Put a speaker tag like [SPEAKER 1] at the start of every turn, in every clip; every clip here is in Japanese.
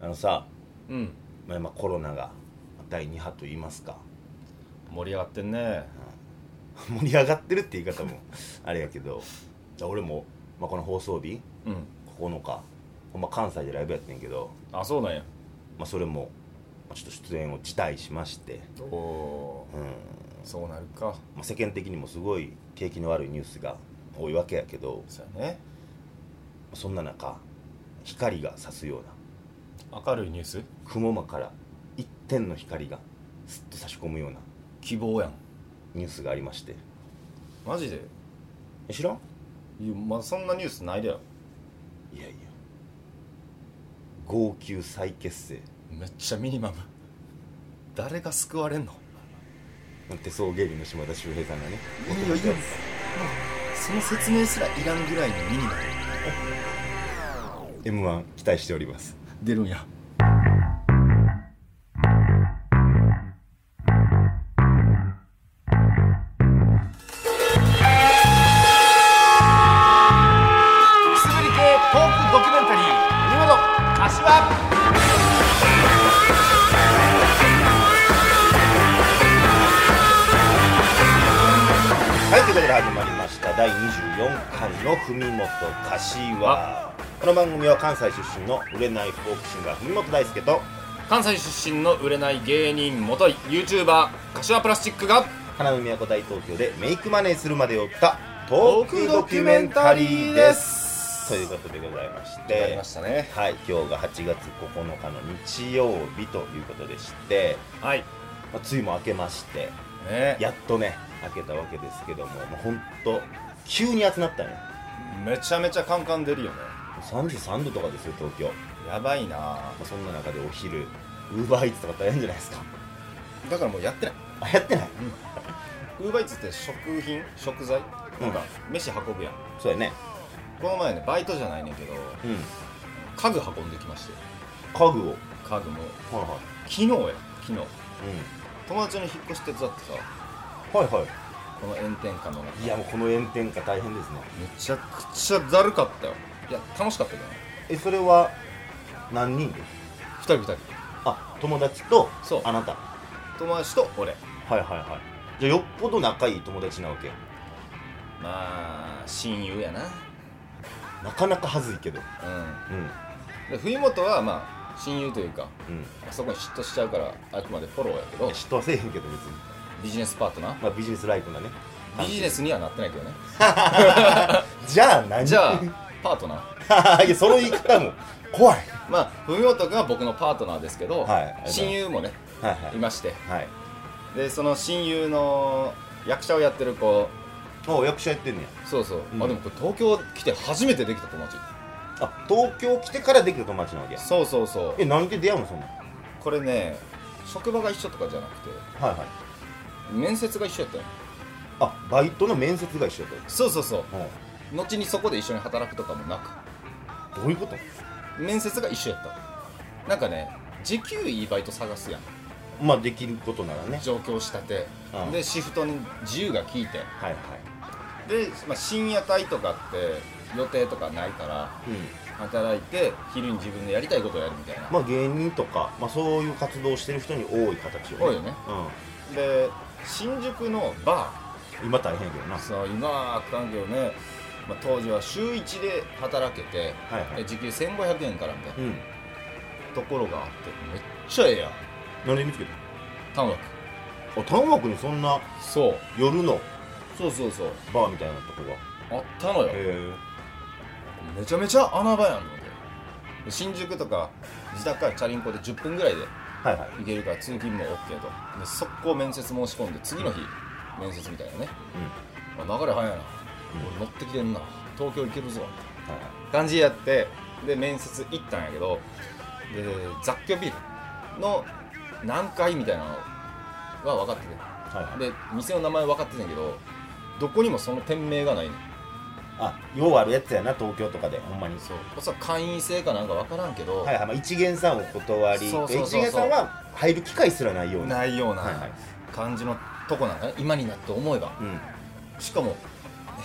[SPEAKER 1] あのさ、
[SPEAKER 2] うん
[SPEAKER 1] まあ、今コロナが第2波と言いますか
[SPEAKER 2] 盛り上がってんね
[SPEAKER 1] 盛り上がってるって言い方もあれやけど俺も、まあ、この放送日
[SPEAKER 2] うん
[SPEAKER 1] 9日ほんま関西でライブやってんけど、
[SPEAKER 2] あそうなんや
[SPEAKER 1] まあ、それもまあちょっと出演を辞退しまして、
[SPEAKER 2] おお
[SPEAKER 1] うん
[SPEAKER 2] そうなるか
[SPEAKER 1] まあ、世間的にもすごい景気の悪いニュースが多いわけやけど
[SPEAKER 2] そうやね
[SPEAKER 1] そんな中光が差すような
[SPEAKER 2] 明るいニュース
[SPEAKER 1] 雲間から一点の光がすっと差し込むような
[SPEAKER 2] 希望やん
[SPEAKER 1] ニュースがありまして
[SPEAKER 2] マジで
[SPEAKER 1] え知らん
[SPEAKER 2] いやまあ、そんなニュースないだよ
[SPEAKER 1] いやいや号泣再結成
[SPEAKER 2] めっちゃミニマム誰が救われんの
[SPEAKER 1] 手相芸人の島田秀平さんがね
[SPEAKER 2] いいよいいよその説明すらいらんぐらいのミニマム
[SPEAKER 1] m 1期待しております
[SPEAKER 2] 出るんやくすぶり系トークドキュメンタリー「見事柏
[SPEAKER 1] はいということで始まりました第24回の「文元柏」この番組は関西出身の売れないフォークシンガー文元大輔と
[SPEAKER 2] 関西出身の売れない芸人元い YouTuber 柏プラスチックが
[SPEAKER 1] 花海都大東京でメイクマネーするまでを追ったトークドキュメンタリーです
[SPEAKER 2] す
[SPEAKER 1] ということでございまし
[SPEAKER 2] わかり
[SPEAKER 1] て
[SPEAKER 2] ましたね
[SPEAKER 1] はい今日が8月9日の日曜日ということでして、
[SPEAKER 2] はいね
[SPEAKER 1] まあ、梅雨も明けましてやっとね開けたわけですけどももうほんと急に暑なったね
[SPEAKER 2] めちゃめちゃカンカン出るよね
[SPEAKER 1] 33度とかですよ東京、ま
[SPEAKER 2] やばいな
[SPEAKER 1] あ、そんな中でお昼ウーバーイーツとか大変じゃないですか
[SPEAKER 2] だからもうやってない
[SPEAKER 1] あやってない
[SPEAKER 2] ウーバーイーツって食品食材なんか飯運ぶやん
[SPEAKER 1] そうやね
[SPEAKER 2] この前ねバイトじゃないねんけど
[SPEAKER 1] うん
[SPEAKER 2] 家具運んできまして
[SPEAKER 1] 家具をはい
[SPEAKER 2] 家具も
[SPEAKER 1] は
[SPEAKER 2] 昨日や昨日
[SPEAKER 1] い、
[SPEAKER 2] 友達の引っ越し手伝ってさ
[SPEAKER 1] うん、はいは
[SPEAKER 2] この炎天下の中
[SPEAKER 1] いいやもうこの炎天下大変ですね
[SPEAKER 2] めちゃくちゃだるかったよいや楽しかったけどね
[SPEAKER 1] えそれは何人で
[SPEAKER 2] 2人2人
[SPEAKER 1] あ友達と
[SPEAKER 2] そう
[SPEAKER 1] あなた
[SPEAKER 2] 友達と俺
[SPEAKER 1] はいはいはいじゃあよっぽど仲いい友達なわけ
[SPEAKER 2] まあ親友やなう
[SPEAKER 1] なかなかはずいけど
[SPEAKER 2] ん
[SPEAKER 1] うん
[SPEAKER 2] で冬本はまあ親友というか
[SPEAKER 1] うん
[SPEAKER 2] そこに嫉妬しちゃうからあくまでフォローやけど
[SPEAKER 1] 嫉妬はせえへんけど別に、
[SPEAKER 2] ビジネスパートナー
[SPEAKER 1] まあ、ビジネスライクなね
[SPEAKER 2] ビジネスにはなってないけどね
[SPEAKER 1] じゃあ何
[SPEAKER 2] じゃあパートナー
[SPEAKER 1] あ いやその言い方も怖い
[SPEAKER 2] まあ文本君は僕のパートナーですけど、
[SPEAKER 1] はい
[SPEAKER 2] 親友もね
[SPEAKER 1] はい
[SPEAKER 2] いまして
[SPEAKER 1] はいはい
[SPEAKER 2] でその親友の役者をやってる子
[SPEAKER 1] お役者やってんねや
[SPEAKER 2] そうそう、
[SPEAKER 1] うん
[SPEAKER 2] あでもこれ東京来て初めてできた友達
[SPEAKER 1] あ東京来てからできる友達なわけや
[SPEAKER 2] そうそうそう
[SPEAKER 1] えなんで出会うのそんな
[SPEAKER 2] これね職場が一緒とかじゃなくて
[SPEAKER 1] はいはい
[SPEAKER 2] 面接が一緒やったよ
[SPEAKER 1] あバイトの面接が一緒やっ
[SPEAKER 2] そうそうそう
[SPEAKER 1] た、
[SPEAKER 2] 後にそこで一緒に働くとかもな
[SPEAKER 1] うん、どういうこと
[SPEAKER 2] く面接が一緒やったなんかね時給いいバイト探すやん
[SPEAKER 1] まあできることならね
[SPEAKER 2] 上京したて、
[SPEAKER 1] うん
[SPEAKER 2] でシフトに自由が利いて
[SPEAKER 1] はいはい
[SPEAKER 2] で、まあ、深夜帯とかって予定とかないから
[SPEAKER 1] うん
[SPEAKER 2] 働いて昼に自分でやりたいことをやるみたいな、
[SPEAKER 1] まあ芸人とか、まあ、そういう活動をしてる人に多い形よね
[SPEAKER 2] 多いよね
[SPEAKER 1] う
[SPEAKER 2] で新宿のバ
[SPEAKER 1] ん、今大変やけどな
[SPEAKER 2] ーそう今はあったんけどね、まあ、当時は週1で働けて、
[SPEAKER 1] はいはい
[SPEAKER 2] で時給1500円からみたい
[SPEAKER 1] うん
[SPEAKER 2] なところがあってめっちゃええやん
[SPEAKER 1] 何で見つけた
[SPEAKER 2] 短枠
[SPEAKER 1] あ丹波区にそんな
[SPEAKER 2] そう
[SPEAKER 1] 夜の
[SPEAKER 2] そうそうそう
[SPEAKER 1] バーみたいなとこが
[SPEAKER 2] あったのよ
[SPEAKER 1] へ
[SPEAKER 2] めちゃめちゃ穴場やんので新宿とか自宅からチャリンコで10分ぐらいで
[SPEAKER 1] えはいはい
[SPEAKER 2] 行けるから通勤も OK とで速攻面接申し込んで次の日面接みたいなね
[SPEAKER 1] うん
[SPEAKER 2] あ流れ早いな
[SPEAKER 1] うん
[SPEAKER 2] 俺乗ってきてんな東京行けるぞ
[SPEAKER 1] はいはい
[SPEAKER 2] 感じやってで面接行ったんやけどで雑居ビルの何階みたいなのは分かってて
[SPEAKER 1] はいはい
[SPEAKER 2] で店の名前分かっててんけどどこにもその店名がないねん
[SPEAKER 1] あようあるやつやな東京とかでほんまに
[SPEAKER 2] そうおそらく会員制かなんか分からんけど、
[SPEAKER 1] はいはい、まあ、一元さんお断り
[SPEAKER 2] そうそうそうそう
[SPEAKER 1] 一元さんは入る機会すらないような
[SPEAKER 2] ないよう
[SPEAKER 1] はいは
[SPEAKER 2] ない感じのとこなんかね今になって思えば
[SPEAKER 1] うんうん
[SPEAKER 2] しかも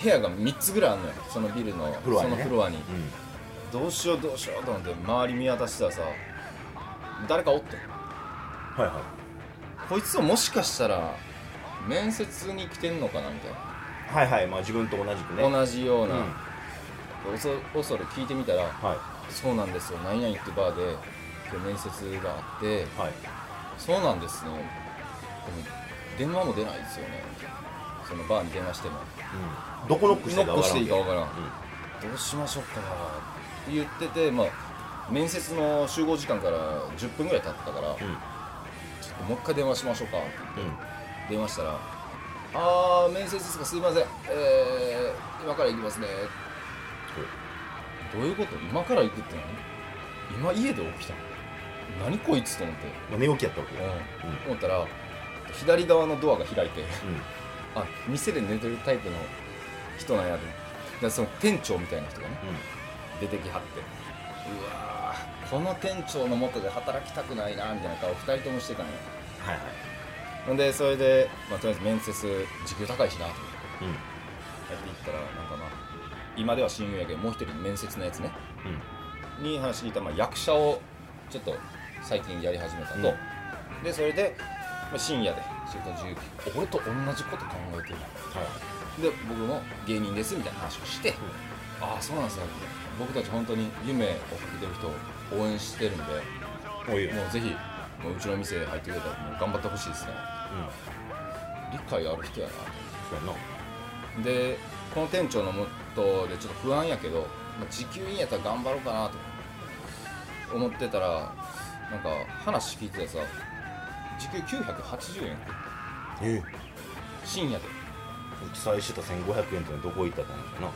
[SPEAKER 2] 部屋が3つぐらいあるのよそのビルの
[SPEAKER 1] フロアにね
[SPEAKER 2] そのフロアにどうしようどうしようと思って周り見渡したらさ誰かおって
[SPEAKER 1] はいは
[SPEAKER 2] こいつをもしかしたら面接に来てんのかなみたいな、
[SPEAKER 1] いはいはいまあ自分と同じくね
[SPEAKER 2] 同じような、
[SPEAKER 1] うん
[SPEAKER 2] おそおそれ聞いてみたら
[SPEAKER 1] はい
[SPEAKER 2] 「そうなんですよ何々ってバーで今日面接があって
[SPEAKER 1] はい
[SPEAKER 2] そうなんですねでも電話も出ないですよねそのバーに電話しても
[SPEAKER 1] うんどこノックしていいか
[SPEAKER 2] ノッ
[SPEAKER 1] わ
[SPEAKER 2] ク
[SPEAKER 1] から
[SPEAKER 2] してい
[SPEAKER 1] ん
[SPEAKER 2] いかわからん
[SPEAKER 1] うん
[SPEAKER 2] どうしましょうかって言ってて、まあ、面接の集合時間から10分ぐらい経ってたから、ちょっともう一回電話しましょうかって
[SPEAKER 1] うんうん
[SPEAKER 2] 電話したら「あー面接ですかすいません、えー、今から行きますね」どういうこと今から行くって何今家で起きたの何こいつと思って、
[SPEAKER 1] まあ寝起きやったわけよ
[SPEAKER 2] うん思ったら左側のドアが開いて
[SPEAKER 1] うん
[SPEAKER 2] あ店で寝てるタイプの人なんやと思ってだからその店長みたいな人がね出てきはってうわーこの店長の下で働きたくないなみたいな顔2人ともしてたのよ
[SPEAKER 1] はいはい
[SPEAKER 2] ほんでそれで、まあ、とりあえず面接時給高いしなと思って
[SPEAKER 1] うん
[SPEAKER 2] やっていったらなんかまあ今では親友やけどもう一人面接のやつね
[SPEAKER 1] うん
[SPEAKER 2] に話聞いた、まあ、役者をちょっと最近やり始めたと、でそれで、まあ、深夜で仕事19俺と同じこと考えてる
[SPEAKER 1] はい
[SPEAKER 2] で僕も芸人ですみたいな話をして、ああそうなんですよ僕たち本当に夢をかけてる人を応援してるんで
[SPEAKER 1] もういいよ
[SPEAKER 2] もうぜひもううちの店入ってくれたらもう頑張ってほしいですね
[SPEAKER 1] うん
[SPEAKER 2] 理解ある人やなと
[SPEAKER 1] そうやな
[SPEAKER 2] でこの店長のもとでちょっと不安やけど、まあ、時給いいんやったら頑張ろうかなと思ってたらなんか話聞いてたらさ時給980円
[SPEAKER 1] え
[SPEAKER 2] 深夜で
[SPEAKER 1] 記載してた1500円ってのはどこ行ったと思うか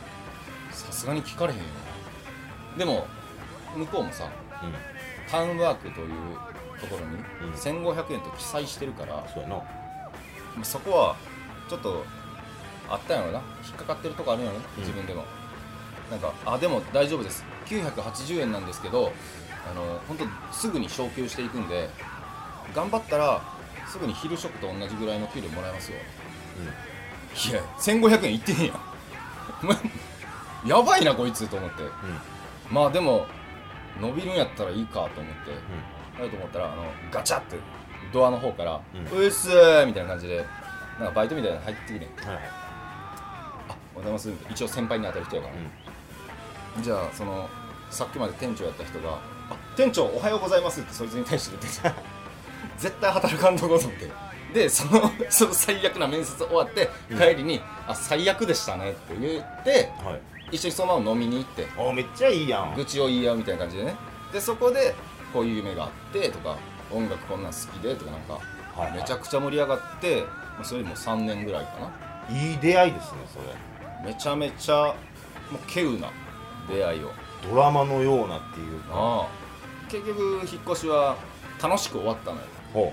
[SPEAKER 2] さすがに聞かれへんよなでも向こうもさ
[SPEAKER 1] なうん
[SPEAKER 2] タウンワークというところ
[SPEAKER 1] うん
[SPEAKER 2] に1500円と記載してるから、
[SPEAKER 1] そうやな
[SPEAKER 2] まあそこはちょっとあったんやろな引っかかってるとこあるんやろな、
[SPEAKER 1] うん
[SPEAKER 2] 自分でもなんかあでも大丈夫です980円なんですけどあの本当すぐに昇給していくんで頑張ったらすぐに昼食と同じぐらいの給料もらえますよいや1500円いってへんや んお前やばいなこいつと思って
[SPEAKER 1] うんうん
[SPEAKER 2] まあでも伸びるんやったらいいかと思ってなると思ったらあのガチャってドアの方から「
[SPEAKER 1] う
[SPEAKER 2] うんっすー」みたいな感じでなんかバイトみたいなの入ってきて
[SPEAKER 1] うんはいはい
[SPEAKER 2] あおはようございます一応先輩に当たる人やから、じゃあそのさっきまで店長やった人が「あ店長おはようございます」ってそいつに対して言ってた 絶対働かんとこうと思ってでその その最悪な面接終わって
[SPEAKER 1] うん
[SPEAKER 2] 帰りに「あ最悪でしたね」って言って
[SPEAKER 1] うんはい
[SPEAKER 2] 一緒にそのまま飲みに行って
[SPEAKER 1] あめっちゃいいやん
[SPEAKER 2] 愚痴を言い合うみたいな感じでねでそこでこういう夢があってとか音楽こんなん好きでとかなんか
[SPEAKER 1] はいはい
[SPEAKER 2] めちゃくちゃ盛り上がってまあそれでもう3年ぐらいか
[SPEAKER 1] いい出会いですねそれ
[SPEAKER 2] なめちゃめちゃもう稀有な出会いを
[SPEAKER 1] ドラマのようなっていうか
[SPEAKER 2] ああ結局引っ越しは楽しく終わったのよ
[SPEAKER 1] ほ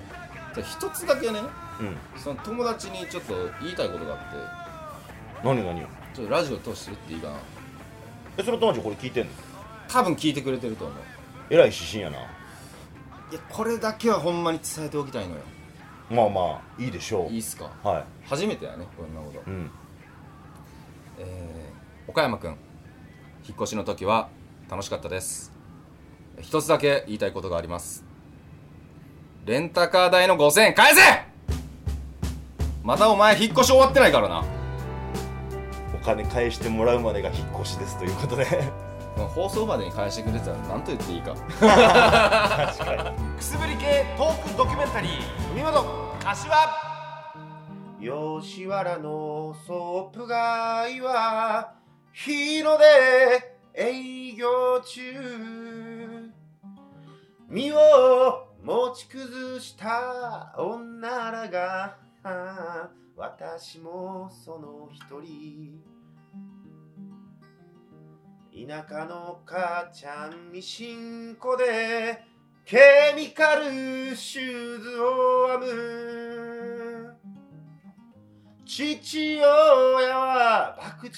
[SPEAKER 2] じゃあ一つだけね
[SPEAKER 1] ううん
[SPEAKER 2] その友達にちょっと言いたいことがあ
[SPEAKER 1] 何何
[SPEAKER 2] ってちょっとラジオ通して言っていいかな
[SPEAKER 1] えその友達これ聞いてんの
[SPEAKER 2] 多分聞いてくれてると思う
[SPEAKER 1] えらい指針やない
[SPEAKER 2] やこれだけはほんまに伝えておきたいのよ
[SPEAKER 1] まあまあいいでしょ
[SPEAKER 2] いいっすか
[SPEAKER 1] うは
[SPEAKER 2] 初めてやねこんなこと
[SPEAKER 1] いうん
[SPEAKER 2] えー岡山くん引っ越しの時は楽しかったです一つだけ言いたいことがありますレンタカー代の5000円返せまたお前引っ越し終わってないからな
[SPEAKER 1] お金返してもらうまでが引っ越しですということで
[SPEAKER 2] 放送までに返してくれてたら何と言っていいか
[SPEAKER 1] 確か
[SPEAKER 2] くすぶり系トークドキュメンタリー
[SPEAKER 1] に海本
[SPEAKER 2] 柏
[SPEAKER 1] 吉原のソープ街は日の出営業中身を持ち崩した女らが私もその一人田舎の母ちゃんミシンコでケミカルシューズを編む父親は博打打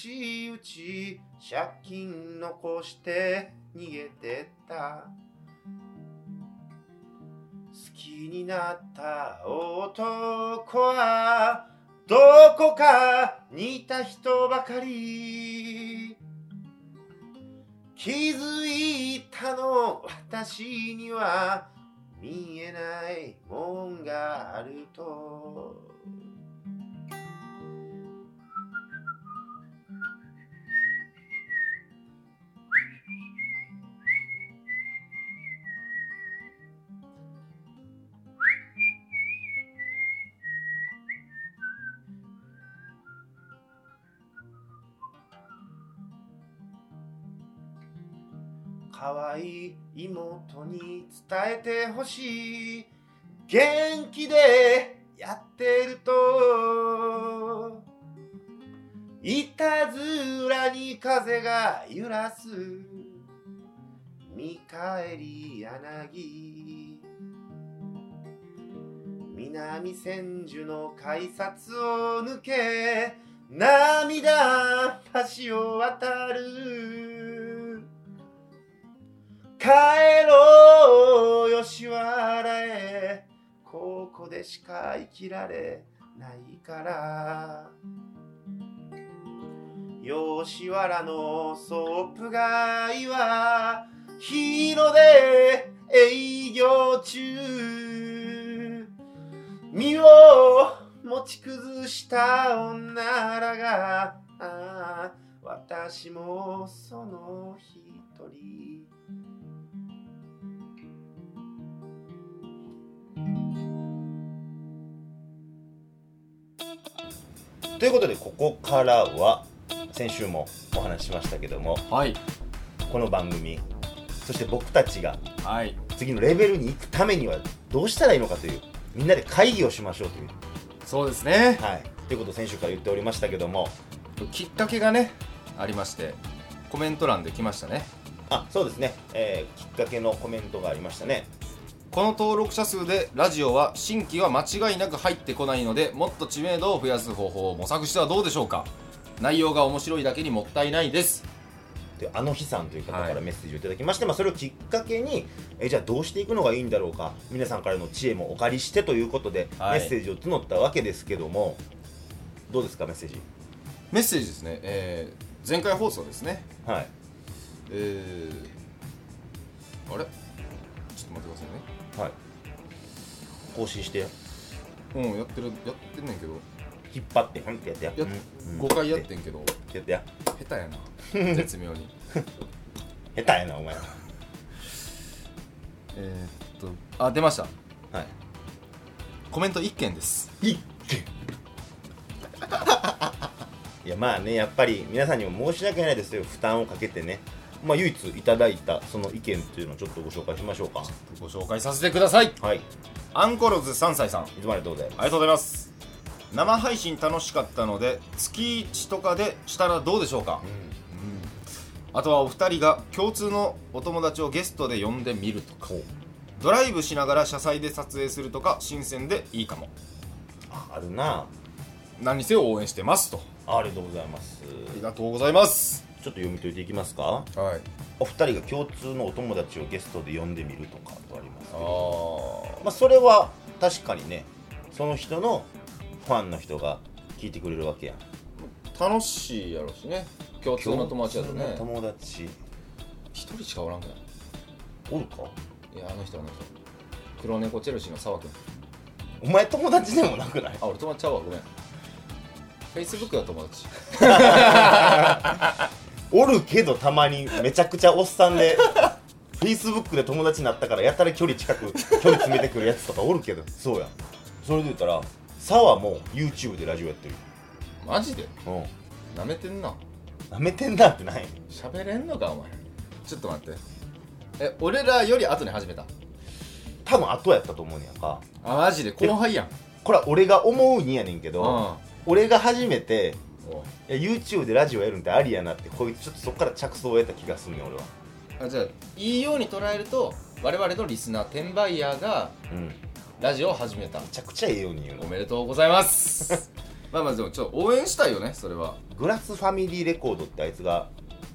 [SPEAKER 1] ち借金残して逃げてった好きになった男はどこか似た人ばかり気づいたの私には見えないもんがあると可愛い妹に伝えてほしい元気でやってるといたずらに風が揺らす見返り柳南千住の改札を抜け涙橋を渡る帰ろう吉原へここでしか生きられないから吉原のソープ街は広で営業中身を持ち崩した女らがああ私もその一人ということでここからは先週もお話ししましたけども
[SPEAKER 2] はい
[SPEAKER 1] この番組そして僕たちが
[SPEAKER 2] はい
[SPEAKER 1] 次のレベルに行くためにはどうしたらいいのかというみんなで会議をしましょうという、
[SPEAKER 2] そうですね
[SPEAKER 1] はい、ということを先週から言っておりましたけども
[SPEAKER 2] きっかけがねありましてコメント欄で来ましたね
[SPEAKER 1] あそうですね、えーきっかけのコメントがありましたね
[SPEAKER 2] この登録者数でラジオは新規は間違いなく入ってこないのでもっと知名度を増やす方法を模索してはどうでしょうか内容が面白いだけにもったいないです
[SPEAKER 1] というあの日さんという方か
[SPEAKER 2] は
[SPEAKER 1] ら
[SPEAKER 2] い
[SPEAKER 1] メッセージをいただきまして、まあ、それをきっかけに、えーじゃあどうしていくのがいいんだろうか皆さんからの知恵もお借りしてということで、
[SPEAKER 2] はい
[SPEAKER 1] メッセージを募ったわけですけどもどうですかメッセージ
[SPEAKER 2] メッセージですね、えー前回放送ですね
[SPEAKER 1] はい
[SPEAKER 2] えー、あれちょっと待ってくださ
[SPEAKER 1] はい更新して
[SPEAKER 2] いねうんやってるやってんねんけど
[SPEAKER 1] 引っ張ってふんってやってや
[SPEAKER 2] やっ、
[SPEAKER 1] うん
[SPEAKER 2] 5回やってんけど
[SPEAKER 1] やってや
[SPEAKER 2] 下手や な絶妙に
[SPEAKER 1] 下手やなお前は
[SPEAKER 2] えーっとあ出ました
[SPEAKER 1] い
[SPEAKER 2] コメント1件です
[SPEAKER 1] 一件いやまあねやっぱり皆さんにも申し訳ないですよ負担をかけてねまあ唯一いただいたその意見というのをちょっとご紹介しましょうか
[SPEAKER 2] ご紹介させてください
[SPEAKER 1] はいい
[SPEAKER 2] アンコロズ3歳さん
[SPEAKER 1] つもありがとうございます
[SPEAKER 2] ありがとうございます生配信楽しかったので月1とかでしたらどうでしょうか、あとはお二人が共通のお友達をゲストで呼んでみるとかドライブしながら車載で撮影するとか新鮮でいいかも
[SPEAKER 1] ああるな
[SPEAKER 2] 何せ応援してますと
[SPEAKER 1] あありがとうございますち
[SPEAKER 2] あり
[SPEAKER 1] ょっ
[SPEAKER 2] がとうございます
[SPEAKER 1] と読み解いていきますか
[SPEAKER 2] はい
[SPEAKER 1] お二人が共通のお友達をゲストで呼んでみるとかとありますけ
[SPEAKER 2] あ
[SPEAKER 1] ど
[SPEAKER 2] ー
[SPEAKER 1] まあ、それは確かにねその人のファンの人が聞いてくれるわけやん
[SPEAKER 2] 楽しいやろうしね共通の友達やとね
[SPEAKER 1] 共通の友達
[SPEAKER 2] 一人しかおらんくない
[SPEAKER 1] おるか
[SPEAKER 2] いやあの人あの人黒猫チェルシーの沢君
[SPEAKER 1] お前友達でもなくない
[SPEAKER 2] あ俺友達ちゃうわごめんフェイスブックは友達
[SPEAKER 1] おるけどたまにめちゃくちゃおっさん で Facebook で友達になったからやたら距離近く距離詰めてくるやつとかおるけどそうやそれで言ったらサワも YouTube でラジオやってる
[SPEAKER 2] マジで
[SPEAKER 1] うん
[SPEAKER 2] なめてんな
[SPEAKER 1] なめてんなってない
[SPEAKER 2] 喋れんのかお前ちょっと待ってえ俺らより後に始めた
[SPEAKER 1] 多分後やったと思うねやんか
[SPEAKER 2] あマジで後輩やん
[SPEAKER 1] これは俺が思うにやねんけ
[SPEAKER 2] う
[SPEAKER 1] ど俺が初めて
[SPEAKER 2] お
[SPEAKER 1] いや YouTube でラジオやるんってありやなってこいつちょっとそっから着想を得た気がするねん俺は
[SPEAKER 2] あじゃあいいように捉えると我々のリスナー転売ヤーが
[SPEAKER 1] うんめ
[SPEAKER 2] ラジオを始めた
[SPEAKER 1] ちゃくちゃええように言う
[SPEAKER 2] お
[SPEAKER 1] の
[SPEAKER 2] めでとうございます まあまあでもちょっと応援したいよねそれは
[SPEAKER 1] グラスファミリーレコードってあいつが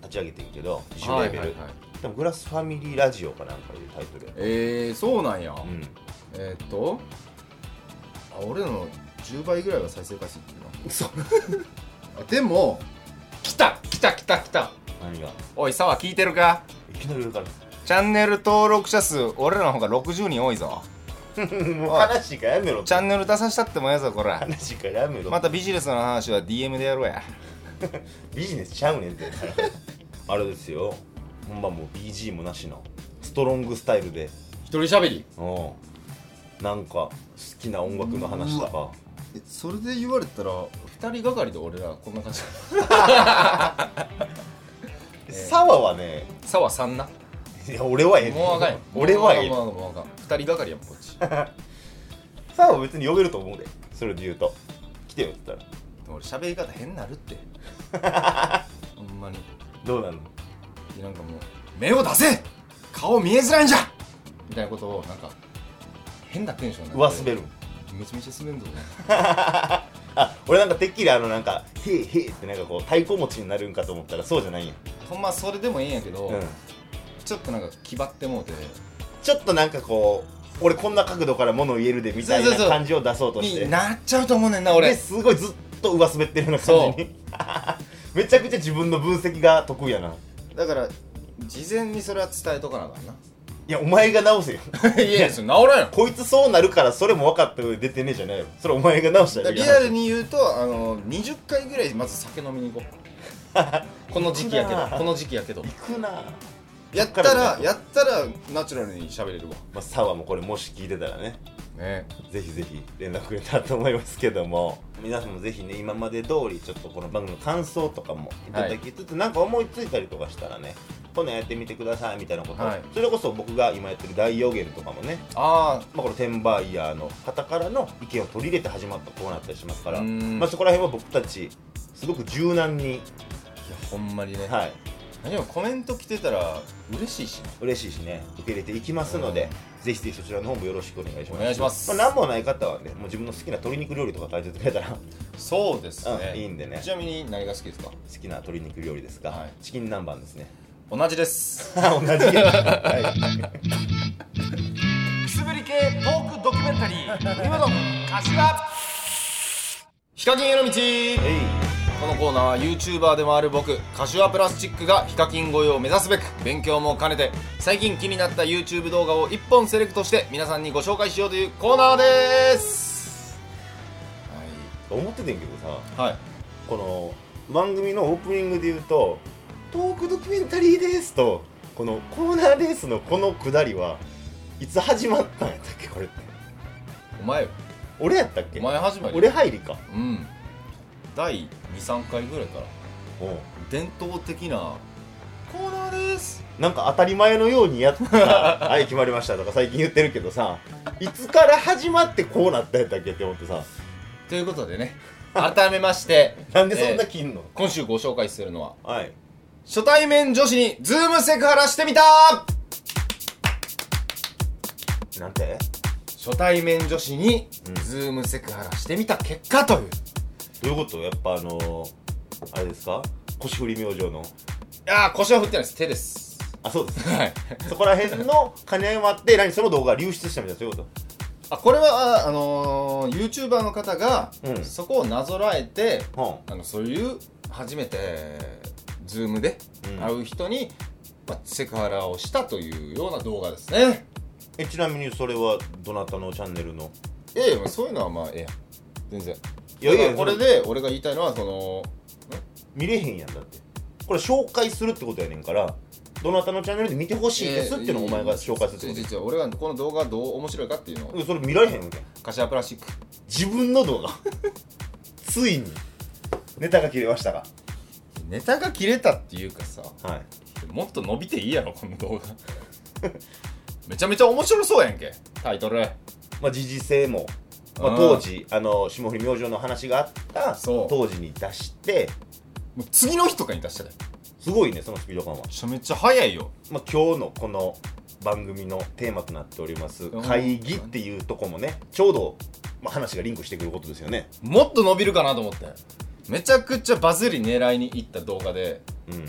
[SPEAKER 1] 立ち上げてるけど自主レーベル、
[SPEAKER 2] はいはいはい
[SPEAKER 1] でもグラスファミリーラジオかなんかいうタイトルやね
[SPEAKER 2] えー、そうなんや、
[SPEAKER 1] うん
[SPEAKER 2] えー、っとあ俺らの10倍ぐらいは再生回数いってるな
[SPEAKER 1] 嘘
[SPEAKER 2] あでも来た来た来た来た
[SPEAKER 1] 何が
[SPEAKER 2] おい沢聞いてるか
[SPEAKER 1] いきなり上から
[SPEAKER 2] チャンネル登録者数俺らの方が60人多いぞ
[SPEAKER 1] もう話がやめろ
[SPEAKER 2] チャンネル出さしたってもええぞ こら
[SPEAKER 1] 話がやめろ、
[SPEAKER 2] またビジネスの話は DM でやろうや
[SPEAKER 1] ビジネスちゃうねんって あれですよほんまもう BG もなしのストロングスタイルで
[SPEAKER 2] 一人喋り
[SPEAKER 1] うんなんか好きな音楽の話と
[SPEAKER 2] う
[SPEAKER 1] か
[SPEAKER 2] それで言われたら二人がかりで俺らこんな感じ
[SPEAKER 1] えーサワはね
[SPEAKER 2] 差は3ない
[SPEAKER 1] や俺はええ
[SPEAKER 2] もうあかんよ
[SPEAKER 1] 俺はええ
[SPEAKER 2] もうあかんもうあかんもうあかん二人がかりやんこ っちで
[SPEAKER 1] サワは別に呼べると思うでそれで言うと来てよって言ったら
[SPEAKER 2] も俺喋り方変なるって ほんまに
[SPEAKER 1] どうなの
[SPEAKER 2] なんかもう目を出せ顔見えづらいんじゃみたいなことをなんか変なテンションになって
[SPEAKER 1] 上滑る
[SPEAKER 2] めちゃめちゃ滑るぞ
[SPEAKER 1] あ俺なんかてっきりあのなんか「へえへえ」ってなんかこう太鼓持ちになるんかと思ったらそうじゃないんや、
[SPEAKER 2] ほんまそれでもええんやけど、
[SPEAKER 1] うん、
[SPEAKER 2] ちょっとなんか気張ってもうて
[SPEAKER 1] ちょっとなんかこう俺こんな角度から物を言えるでみたい
[SPEAKER 2] そう
[SPEAKER 1] な
[SPEAKER 2] そうそう
[SPEAKER 1] 感じを出そうとして
[SPEAKER 2] になっちゃうと思うねんな
[SPEAKER 1] で
[SPEAKER 2] 俺
[SPEAKER 1] すごいずっと上滑ってるような感じに めちゃくちゃ自分の分析が得意やな
[SPEAKER 2] だから事前にそれは伝えとかなあかんな
[SPEAKER 1] いやお前が直せよ
[SPEAKER 2] いやいやそれ治らんや
[SPEAKER 1] こいつそうなるからそれも分かった上で出てねえじゃないよそれお前が直した
[SPEAKER 2] ろだから
[SPEAKER 1] ら
[SPEAKER 2] リアルに言うとあの20回ぐらいまず酒飲みに行こ うこの時期やけ どこの時期やけど
[SPEAKER 1] 行くなぁ
[SPEAKER 2] やったら
[SPEAKER 1] こっからだよ
[SPEAKER 2] やったらナチュラルに喋れるわ
[SPEAKER 1] まあ、サワもこれもし聞いてたらね
[SPEAKER 2] ね
[SPEAKER 1] ぜひぜひ連絡くれたらと思いますけども皆さんもぜひね今まで通りちょっとこの番組の感想とかもいただきつつ、なんか思いついたりとかしたらね今度やってみてくださいみたいなこと、
[SPEAKER 2] はい
[SPEAKER 1] それこそ僕が今やってる大予言とかもね、
[SPEAKER 2] ああ
[SPEAKER 1] まあ、この転売ヤーの方からの意見を取り入れて始まったコーナーだったりしますから、
[SPEAKER 2] うん
[SPEAKER 1] まあ、そこら辺は僕たちすごく柔軟に、
[SPEAKER 2] いやほんまにね、
[SPEAKER 1] はい、
[SPEAKER 2] でもコメント来てたら嬉しいしね
[SPEAKER 1] 嬉しいしね受け入れていきますので、ぜひぜひそちらの方もよろしくお願いします
[SPEAKER 2] お願いします
[SPEAKER 1] あ、何もない方はねもう自分の好きな鶏肉料理とか書いててくれたら好
[SPEAKER 2] そうですね、
[SPEAKER 1] うんいいんでね
[SPEAKER 2] ちなみに何が好きですか
[SPEAKER 1] きな鶏肉料理ですが、
[SPEAKER 2] はい
[SPEAKER 1] チキン南蛮ですね
[SPEAKER 2] 同じです
[SPEAKER 1] 同じや、はい
[SPEAKER 2] くすぶり系トークドキュメンタリー今の柏ヒカキンへの道
[SPEAKER 1] えい
[SPEAKER 2] このコーナーは YouTuber でもある僕柏プラスチックがヒカキン越えを目指すべく勉強も兼ねて最近気になった YouTube 動画を1本セレクトして皆さんにご紹介しようというコーナーです
[SPEAKER 1] 思っててんけどさ
[SPEAKER 2] はい、はい、
[SPEAKER 1] この番組のオープニングで言うと「トークドキュメンタリーです」とこの「コーナーです」のこのくだりはいつ始まったんやったっけこれって
[SPEAKER 2] お前よ
[SPEAKER 1] 俺やったっけ
[SPEAKER 2] お前始まり
[SPEAKER 1] 俺入りか
[SPEAKER 2] うん第23回ぐらいから
[SPEAKER 1] うん
[SPEAKER 2] 伝統的なコーナーです
[SPEAKER 1] なんか当たり前のようにやったらはい決まりましたとか最近言ってるけどさいつから始まってこうなったんやったっけって思ってさ
[SPEAKER 2] ということ でね改めまして
[SPEAKER 1] なんでそん
[SPEAKER 2] え
[SPEAKER 1] な
[SPEAKER 2] ー
[SPEAKER 1] 切んの、
[SPEAKER 2] 今週ご紹介するのは
[SPEAKER 1] はい
[SPEAKER 2] 初対面女子にズームセクハラしてみた
[SPEAKER 1] なんて
[SPEAKER 2] 初対面女子に
[SPEAKER 1] うん
[SPEAKER 2] ズームセクハラしてみた結果という、
[SPEAKER 1] どういうことやっぱあのー、あれですか腰振り明星の
[SPEAKER 2] ああ腰は振ってないです手です
[SPEAKER 1] あそうです
[SPEAKER 2] はい
[SPEAKER 1] そこら辺の兼ね合いもあって何その動画が流出したみたいなそういうこと
[SPEAKER 2] あこれはああのー、YouTuber の方が、
[SPEAKER 1] うん
[SPEAKER 2] そこをなぞらえて
[SPEAKER 1] は
[SPEAKER 2] あのそういう初めて Zoom で
[SPEAKER 1] うん
[SPEAKER 2] 会う人に、まあ、セクハラをしたというような動画ですね
[SPEAKER 1] えちなみにそれはどなたのチャンネルの
[SPEAKER 2] いやいやまあそういうのはまあええやん全然
[SPEAKER 1] いやいや
[SPEAKER 2] だからこれで俺が言いたいのはその
[SPEAKER 1] 見れへんやんだってこれ紹介するってことやねんからどなたのチャンネルで見てほしいですっていうのをお前が紹介するって
[SPEAKER 2] 違う
[SPEAKER 1] こ
[SPEAKER 2] 違う違う俺がこの動画どう面白いかっていうの
[SPEAKER 1] と
[SPEAKER 2] を
[SPEAKER 1] うんそれ見られへんわけ
[SPEAKER 2] 柏プラスチック
[SPEAKER 1] 自分の 動画ついにネタが切れましたか
[SPEAKER 2] ネタが切れたっていうかさ
[SPEAKER 1] はい
[SPEAKER 2] もっと伸びていいやろこの動画 めちゃめちゃ面白そうやんけタイトル
[SPEAKER 1] まあ時事性も、ま
[SPEAKER 2] あ
[SPEAKER 1] あ、
[SPEAKER 2] ー
[SPEAKER 1] 当時あの霜降り明星の話があった
[SPEAKER 2] そう
[SPEAKER 1] 当時に出して
[SPEAKER 2] もう次の日とかに出したらめ
[SPEAKER 1] すごいねそのスピード感は、
[SPEAKER 2] ちゃめちゃ早いよ
[SPEAKER 1] まあ、今日のこの番組のテーマとなっております
[SPEAKER 2] うん
[SPEAKER 1] 会議っていうとこもねちょうど、まあ、話がリンクしてくることですよね
[SPEAKER 2] もっと伸びるかなと思ってめちゃくちゃバズり狙いに行った動画で
[SPEAKER 1] うん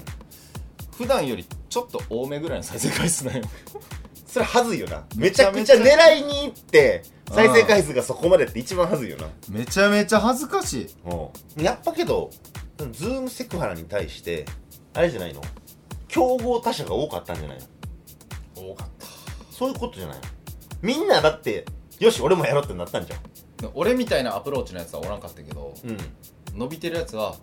[SPEAKER 2] 普段よりちょっと多めぐらいの再生回数なんよ
[SPEAKER 1] それはずいよなめちゃくちゃ狙いに行って
[SPEAKER 2] うん
[SPEAKER 1] 再生回数がそこまでって一番はずいよな
[SPEAKER 2] めちゃめちゃ恥ずかしい
[SPEAKER 1] やっぱけどズームセクハラに対してあれじゃないの競合他社が多かったんじゃないの
[SPEAKER 2] 多かった
[SPEAKER 1] そういうことじゃないのみんなだってよし俺もやろうってなったんじゃん
[SPEAKER 2] で俺みたいなアプローチのやつはおらんかったけど
[SPEAKER 1] うん
[SPEAKER 2] 伸びてるやつは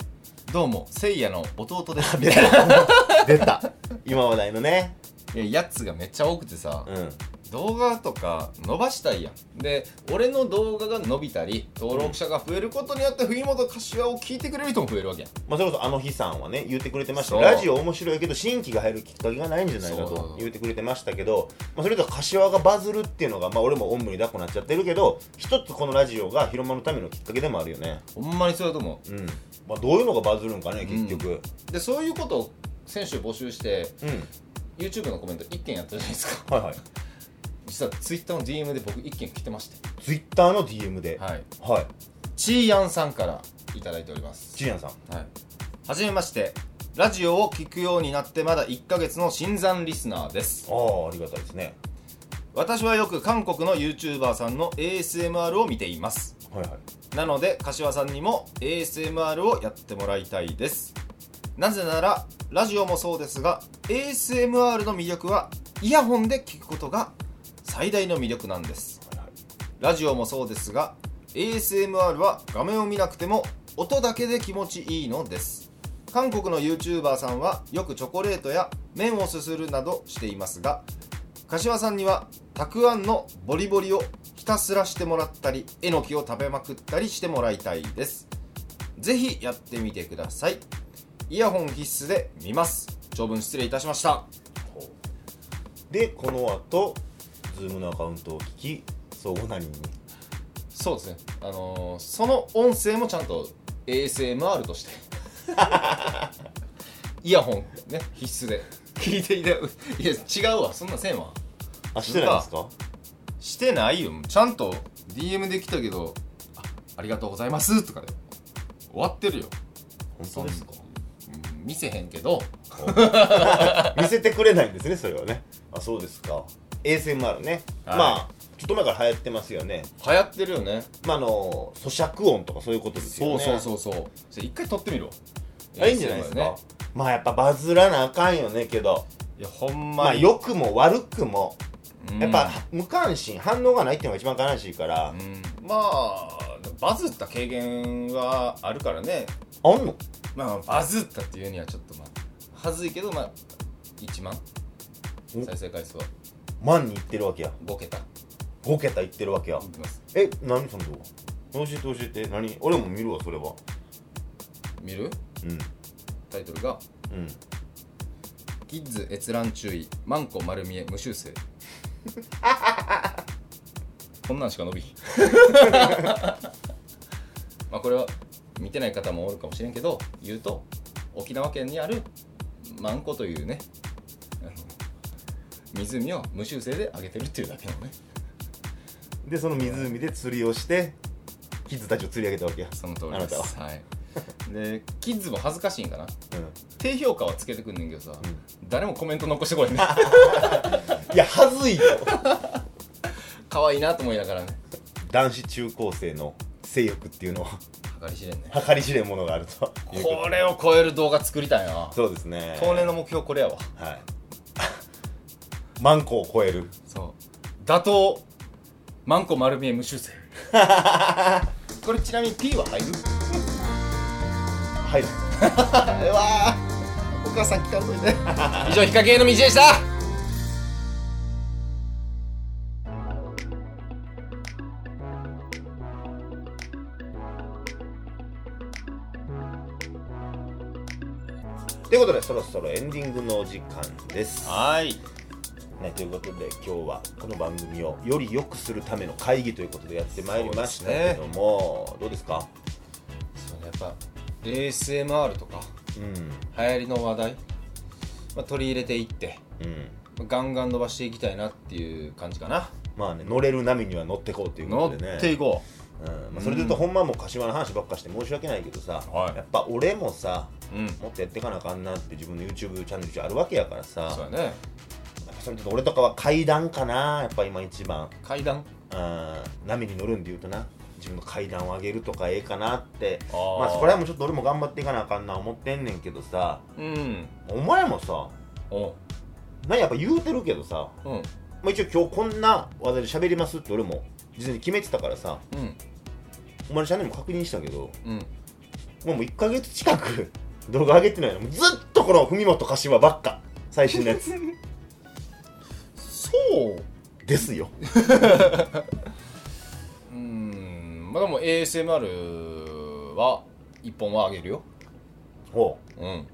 [SPEAKER 2] どうもせいやの弟 ですみ
[SPEAKER 1] 出
[SPEAKER 2] たいな
[SPEAKER 1] た出 た今話題のね
[SPEAKER 2] いややつがめっちゃ多くてさ、
[SPEAKER 1] うん
[SPEAKER 2] 動画とか伸ばしたいやんで俺の動画が伸びたり登録者が増えることによって藤本柏を聞いてくれる人も増えるわけやん
[SPEAKER 1] まあ、それこそあの日さんはね言ってくれてました
[SPEAKER 2] そう
[SPEAKER 1] ラジオ面白いけど新規が入るきっかけがないんじゃないか
[SPEAKER 2] そうそうそ
[SPEAKER 1] と
[SPEAKER 2] う
[SPEAKER 1] 言ってくれてましたけど、まあ、それと柏がバズるっていうのが、まあ、俺もおんぶに抱っこなっちゃってるけど一つこのラジオが広まるためのきっかけでもあるよね
[SPEAKER 2] ほんまにそうだと思
[SPEAKER 1] うん、まあ、どういうのがバズるんかね結局
[SPEAKER 2] うでそういうことを選手募集して
[SPEAKER 1] うん、
[SPEAKER 2] YouTube のコメント1件やったじゃない ですか
[SPEAKER 1] はいはい
[SPEAKER 2] 実は Twitter の DM で僕1件来てまして
[SPEAKER 1] ツイッターの DM ではい、
[SPEAKER 2] はいちーやんさんからいただいております
[SPEAKER 1] ジーヤンさん
[SPEAKER 2] はいはじめましてラジオを聞くようになってまだ1ヶ月の新参リスナーです
[SPEAKER 1] ああありがたいですね
[SPEAKER 2] 私はよく韓国の YouTuber さんの ASMR を見ています
[SPEAKER 1] はいはい
[SPEAKER 2] なので柏さんにも ASMR をやってもらいたいですなぜならラジオもそうですが ASMR の魅力はイヤホンで聞くことが最大の魅力なんです
[SPEAKER 1] はいはい
[SPEAKER 2] ラジオもそうですが ASMR は画面を見なくても音だけで気持ちいいのです韓国の YouTuber さんはよくチョコレートや麺をすするなどしていますが柏さんにはたくあんのボリボリをひたすらしてもらったりえのきを食べまくったりしてもらいたいですぜひやってみてくださいイヤホン必須で見ます長文失礼いたしました
[SPEAKER 1] でこの後ズームのアカウントを聞き相互なりに
[SPEAKER 2] そうですねあのーその音声もちゃんと ASMR として イヤホンね必須で聞いていたいや違うわそんなせんわ
[SPEAKER 1] あしてないんですか
[SPEAKER 2] してないよちゃんと DM できたけどあありがとうございますとかで終わってるよ
[SPEAKER 1] 本当ですか
[SPEAKER 2] うん見せへんけど
[SPEAKER 1] 見せてくれないんですねそれはねあそうですか ASMR ね、
[SPEAKER 2] はい
[SPEAKER 1] まあちょっと前から流行ってますよね
[SPEAKER 2] 流行ってるよね
[SPEAKER 1] まああの咀嚼音とかそういうことですよ
[SPEAKER 2] そう
[SPEAKER 1] ね
[SPEAKER 2] そう
[SPEAKER 1] う
[SPEAKER 2] そうそうじゃあ一回撮ってみるわ
[SPEAKER 1] あいいんじゃないですか、
[SPEAKER 2] ASMR ね
[SPEAKER 1] まあやっぱバズらなあかんよねけど
[SPEAKER 2] いやほんま
[SPEAKER 1] まあ
[SPEAKER 2] に
[SPEAKER 1] 良くも悪くも
[SPEAKER 2] うん
[SPEAKER 1] やっぱ無関心反応がないっていうのが一番悲しいから、
[SPEAKER 2] まあバズった経験はあるからね
[SPEAKER 1] あんの
[SPEAKER 2] まあバズったっていうにはちょっとまあはずいけどまあ1万
[SPEAKER 1] お
[SPEAKER 2] 再生回数は
[SPEAKER 1] 万にいってるわけや
[SPEAKER 2] 5桁い
[SPEAKER 1] 5桁いってるわけや
[SPEAKER 2] きます
[SPEAKER 1] え何その動画教えて教えて何俺も見るわそれは
[SPEAKER 2] 見る
[SPEAKER 1] うん
[SPEAKER 2] タイトルが
[SPEAKER 1] うん
[SPEAKER 2] 「キッズ閲覧注意マンコ丸見え無修正」 こんなんしか伸びひん まあこれは見てない方もおるかもしれんけど言うと沖縄県にあるマンコというねあの湖を無修正で上げてるっていうだけのね
[SPEAKER 1] でその湖で釣りをしてキッズたちを釣り上げたわけや、
[SPEAKER 2] その通りで
[SPEAKER 1] あな
[SPEAKER 2] す。はい。で、キッズも恥ずかしいんかな。
[SPEAKER 1] う
[SPEAKER 2] 低評価はつけてくんねんけどさ、
[SPEAKER 1] ん
[SPEAKER 2] 誰もコメント残してこい ね。
[SPEAKER 1] ん、いやはずいよ
[SPEAKER 2] 可愛いなと思いながらね。
[SPEAKER 1] 男子中高生の性欲っていうのは
[SPEAKER 2] 計り知れんね。
[SPEAKER 1] 計り知れんものがあるというこ
[SPEAKER 2] これを超える動画作りたいな
[SPEAKER 1] と。そうですね
[SPEAKER 2] 当年の目標これやわ。
[SPEAKER 1] はい 万個を超える
[SPEAKER 2] そう。打倒、マンコ丸見え無修正。 これちなみに P は入る
[SPEAKER 1] はい
[SPEAKER 2] えわお母さん聞かんといて。 以上、ヒカキンへの道でした
[SPEAKER 1] ということでそろそろエンディングのお時間です、
[SPEAKER 2] はい。
[SPEAKER 1] ね、ということで今日はこの番組をより良くするための会議ということでやってまいりましたけども、どうですか
[SPEAKER 2] そうねやっぱ、ASMR とか、
[SPEAKER 1] う
[SPEAKER 2] 流行りの話題、まあ、取り入れていって、
[SPEAKER 1] んうん
[SPEAKER 2] ガンガン伸ばしていきたいなっていう感じかな。
[SPEAKER 1] まあね乗れる波には乗ってこうというこ
[SPEAKER 2] 乗
[SPEAKER 1] とでね
[SPEAKER 2] っていこ
[SPEAKER 1] うんまあ、それで言うとほんまもう柏の話ばっかして申し訳ないけどさ、
[SPEAKER 2] はい
[SPEAKER 1] やっぱ俺もさ
[SPEAKER 2] う。うん。
[SPEAKER 1] もっとやっていかなあかんなって自分の YouTube チャンネルあるわけやからさやっ
[SPEAKER 2] そうやね。
[SPEAKER 1] ぱそれで言うと俺とかは階段かなやっぱ今一番
[SPEAKER 2] 階段。
[SPEAKER 1] あー波に乗るんで言うとな自分の階段を上げるとかええかなって
[SPEAKER 2] あー
[SPEAKER 1] まあそこら辺もちょっと俺も頑張っていかなあかんな思ってんねんけどさ
[SPEAKER 2] うん。
[SPEAKER 1] お前もさ
[SPEAKER 2] おう
[SPEAKER 1] なんやっぱ言うてるけどさ、
[SPEAKER 2] うんうん
[SPEAKER 1] まあ、一応今日こんな技で喋りますって俺も事前に決めてたからさお前のチャンネルも確認したけど
[SPEAKER 2] うん
[SPEAKER 1] もうもう1ヶ月近く 動画上げてないのもうずっとこの文元柏ばっか最新の やつ
[SPEAKER 2] そう
[SPEAKER 1] ですよ
[SPEAKER 2] うんまあでも ASMR は一本はあげるよ
[SPEAKER 1] ほう
[SPEAKER 2] うん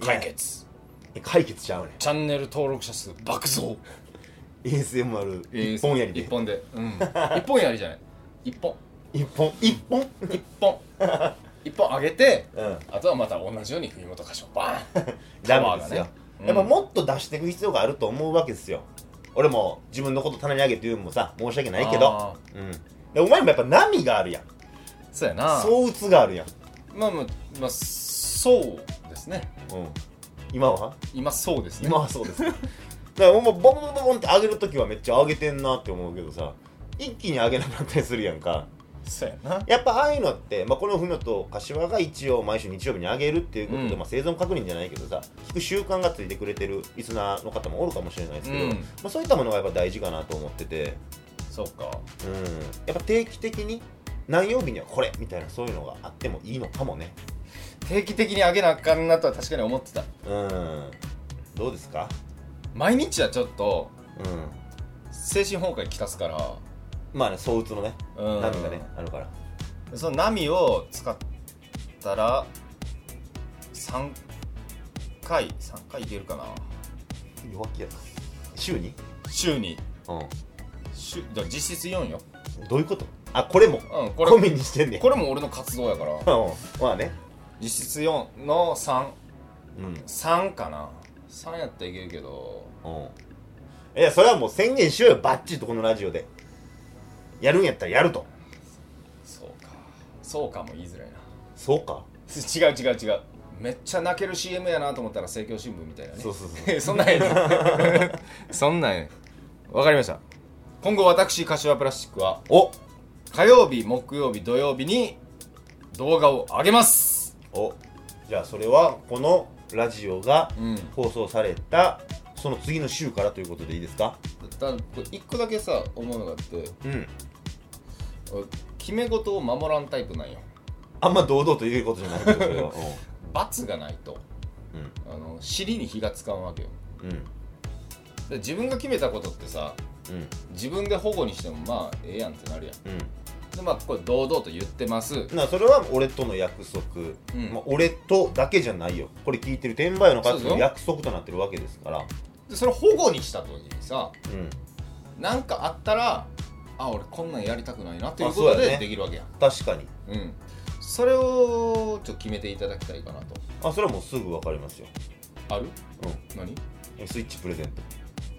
[SPEAKER 2] 解決
[SPEAKER 1] え解決しちゃうね
[SPEAKER 2] チャンネル登録者数爆増
[SPEAKER 1] ASMR 一本やりで
[SPEAKER 2] 一本でうん一本やりじゃない一本
[SPEAKER 1] 一本一本
[SPEAKER 2] 一 本一本上げて
[SPEAKER 1] うん
[SPEAKER 2] あとはまた同じように文元歌唱バーン
[SPEAKER 1] ダメですよ、
[SPEAKER 2] うん
[SPEAKER 1] やっぱもっと出していく必要があると思うわけですよ俺も自分のこと棚に上げて言うのもさ申し訳ないけど
[SPEAKER 2] あー
[SPEAKER 1] うんでお前もやっぱ波があるやん
[SPEAKER 2] そうやな
[SPEAKER 1] 相打つがあるやん、
[SPEAKER 2] まあまあまあそうですね
[SPEAKER 1] うん、今は
[SPEAKER 2] 今そうですね
[SPEAKER 1] 今は そうですだからもうボンボンボンボンって上げるときはめっちゃ上げてんなって思うけどさ一気に上げなくなったりするやんか
[SPEAKER 2] そうやな
[SPEAKER 1] やっぱああいうのって、まあ、この文と柏が一応毎週日曜日に上げるっていうことで、
[SPEAKER 2] うん
[SPEAKER 1] まあ、生存確認じゃないけどさ聞く習慣がついてくれてるリスナーの方もおるかもしれないですけど、
[SPEAKER 2] うん
[SPEAKER 1] まあ、そういったものがやっぱ大事かなと思ってて、
[SPEAKER 2] そうか
[SPEAKER 1] うん、やっぱ定期的に何曜日にはこれみたいなそういうのがあってもいいのかもね、
[SPEAKER 2] 定期的に上げなあかんなとは確かに思ってた
[SPEAKER 1] うん、どうですか、
[SPEAKER 2] 毎日はちょっと
[SPEAKER 1] うん、
[SPEAKER 2] 精神崩壊きたすから
[SPEAKER 1] まあね相打つのね
[SPEAKER 2] うん
[SPEAKER 1] 波がね、あるから
[SPEAKER 2] その波を使ったら3回3回いけるかな
[SPEAKER 1] 弱気やな週に、
[SPEAKER 2] 週に
[SPEAKER 1] う
[SPEAKER 2] 週だから実質4よ、
[SPEAKER 1] ん、どういうことあこれも
[SPEAKER 2] うん、これ
[SPEAKER 1] 込みにしてんねん
[SPEAKER 2] これも俺の活動やから
[SPEAKER 1] うんまあね
[SPEAKER 2] 実質4の33
[SPEAKER 1] うん
[SPEAKER 2] かな3やったらいけるけど
[SPEAKER 1] うん。いや、それはもう宣言しようよ、バッチリとこのラジオで。やるんやったらやると。
[SPEAKER 2] そうかそうかも言いづらいな
[SPEAKER 1] そうか。
[SPEAKER 2] 違う違う違うめっちゃ泣ける CM やなと思ったら政教新聞みたいなね
[SPEAKER 1] そうそうそ
[SPEAKER 2] そんなんやね そんなんやねわかりました今後私柏プラスチックは
[SPEAKER 1] お
[SPEAKER 2] 火曜日木曜日土曜日に動画を上げます
[SPEAKER 1] おじゃあ、それはこのラジオが
[SPEAKER 2] うん
[SPEAKER 1] 放送された、その次の週からということでいいですか
[SPEAKER 2] ただこれ一個だけさ思うのがあって
[SPEAKER 1] うん。
[SPEAKER 2] 俺決め事を守らんタイプなんよ
[SPEAKER 1] あんま堂々と言うことじゃないけど、それは。
[SPEAKER 2] 罰がないと
[SPEAKER 1] うん。
[SPEAKER 2] あの尻に火がつかんわけよ
[SPEAKER 1] うん。うん。
[SPEAKER 2] で自分が決めたことってさ
[SPEAKER 1] うん。
[SPEAKER 2] 自分で保護にしてもまあええやんってなるやん
[SPEAKER 1] うん。
[SPEAKER 2] でまあこれ堂々と言ってます
[SPEAKER 1] なそれは俺との約束、
[SPEAKER 2] うん
[SPEAKER 1] まあ、俺とだけじゃないよこれ聞いてる転売の方
[SPEAKER 2] そうそ
[SPEAKER 1] の
[SPEAKER 2] う
[SPEAKER 1] 約束となってるわけですから
[SPEAKER 2] でそれ保護にした時にさ
[SPEAKER 1] うん
[SPEAKER 2] なんかあったらあ俺こんなんやりたくないなっていうこ
[SPEAKER 1] あ
[SPEAKER 2] と
[SPEAKER 1] そうや
[SPEAKER 2] で
[SPEAKER 1] ね
[SPEAKER 2] できるわけやん
[SPEAKER 1] 確かに
[SPEAKER 2] う,、んそれをちょっと決めていただきたいかなと
[SPEAKER 1] あそれはもうすぐ分かりますよ、
[SPEAKER 2] ある
[SPEAKER 1] うん、
[SPEAKER 2] 何
[SPEAKER 1] スイッチプレゼン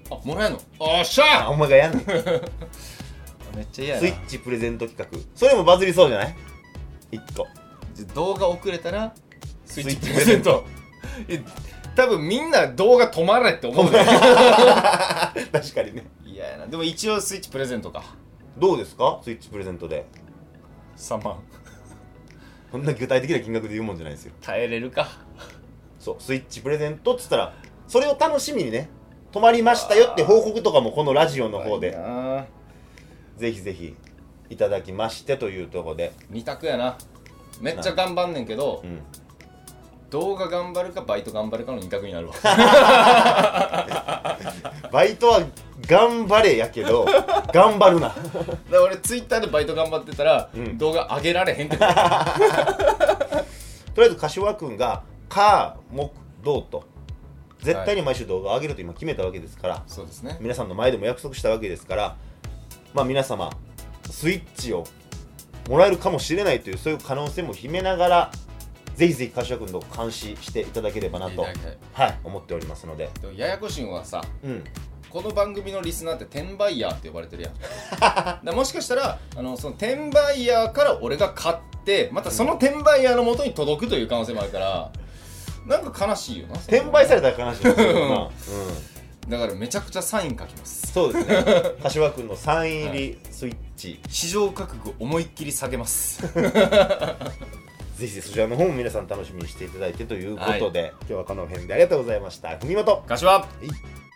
[SPEAKER 1] ト
[SPEAKER 2] あもらえんのおっし
[SPEAKER 1] あ
[SPEAKER 2] ゃ
[SPEAKER 1] お前がやん ねんス
[SPEAKER 2] めっちゃ嫌
[SPEAKER 1] イッチプレゼント企画それもバズりそうじゃない1個
[SPEAKER 2] 動画遅れたら
[SPEAKER 1] ス
[SPEAKER 2] スイ
[SPEAKER 1] イッ
[SPEAKER 2] ッチ
[SPEAKER 1] チプ
[SPEAKER 2] プレ
[SPEAKER 1] レゼ
[SPEAKER 2] ゼン
[SPEAKER 1] ン
[SPEAKER 2] トいや多分みんな動画止まれって 思う
[SPEAKER 1] 確かにね
[SPEAKER 2] いややなでも一応スイッチプレゼントか
[SPEAKER 1] どうですかスイッチプレゼントで
[SPEAKER 2] 3万
[SPEAKER 1] こんな具体的な金額で言うもんじゃないですよ
[SPEAKER 2] 耐えれるか
[SPEAKER 1] そうスイッチプレゼントっつったらそれを楽しみにね泊まりましたよって報告とかもこのラジオの方
[SPEAKER 2] いい
[SPEAKER 1] で
[SPEAKER 2] な
[SPEAKER 1] ぜひぜひいただきましてというところで
[SPEAKER 2] 二択やなめっちゃ頑張んねんけど
[SPEAKER 1] うん
[SPEAKER 2] 動画頑張るかバイト頑張るかの二択になるわ
[SPEAKER 1] バイトは頑張れやけど 頑張るな
[SPEAKER 2] で俺ツイッターでバイト頑張ってたら、
[SPEAKER 1] うん
[SPEAKER 2] 動画上げられへんってこと
[SPEAKER 1] とりあえず柏君が「か」「木」「どう」と絶対に毎週動画を上げると今決めたわけですから、
[SPEAKER 2] そうですね
[SPEAKER 1] 皆さんの前でも約束したわけですからまあ皆様スイッチをもらえるかもしれないというそういう可能性も秘めながらぜひぜひ柏君と監視していただければなと、
[SPEAKER 2] いやいやい
[SPEAKER 1] はい、思っておりますので、
[SPEAKER 2] やややこしいのはさ
[SPEAKER 1] うん、
[SPEAKER 2] この番組のリスナーって転売ヤーって呼ばれてる やんだからもしかしたらあのその転売ヤーから俺が買ってまたその転売ヤーの元に届くという可能性もあるからなんか悲しいよなそれ
[SPEAKER 1] 転売されたら悲しいです けどな、うん、
[SPEAKER 2] だからめちゃくちゃサイン書きます
[SPEAKER 1] そうですね柏君のサイン入りスイッチ、
[SPEAKER 2] 市場価格思いっきり下げます
[SPEAKER 1] ぜひぜひそちらの方も皆さん楽しみにしていただいてということで、今日はこの辺でありがとうございました文元
[SPEAKER 2] 柏
[SPEAKER 1] はい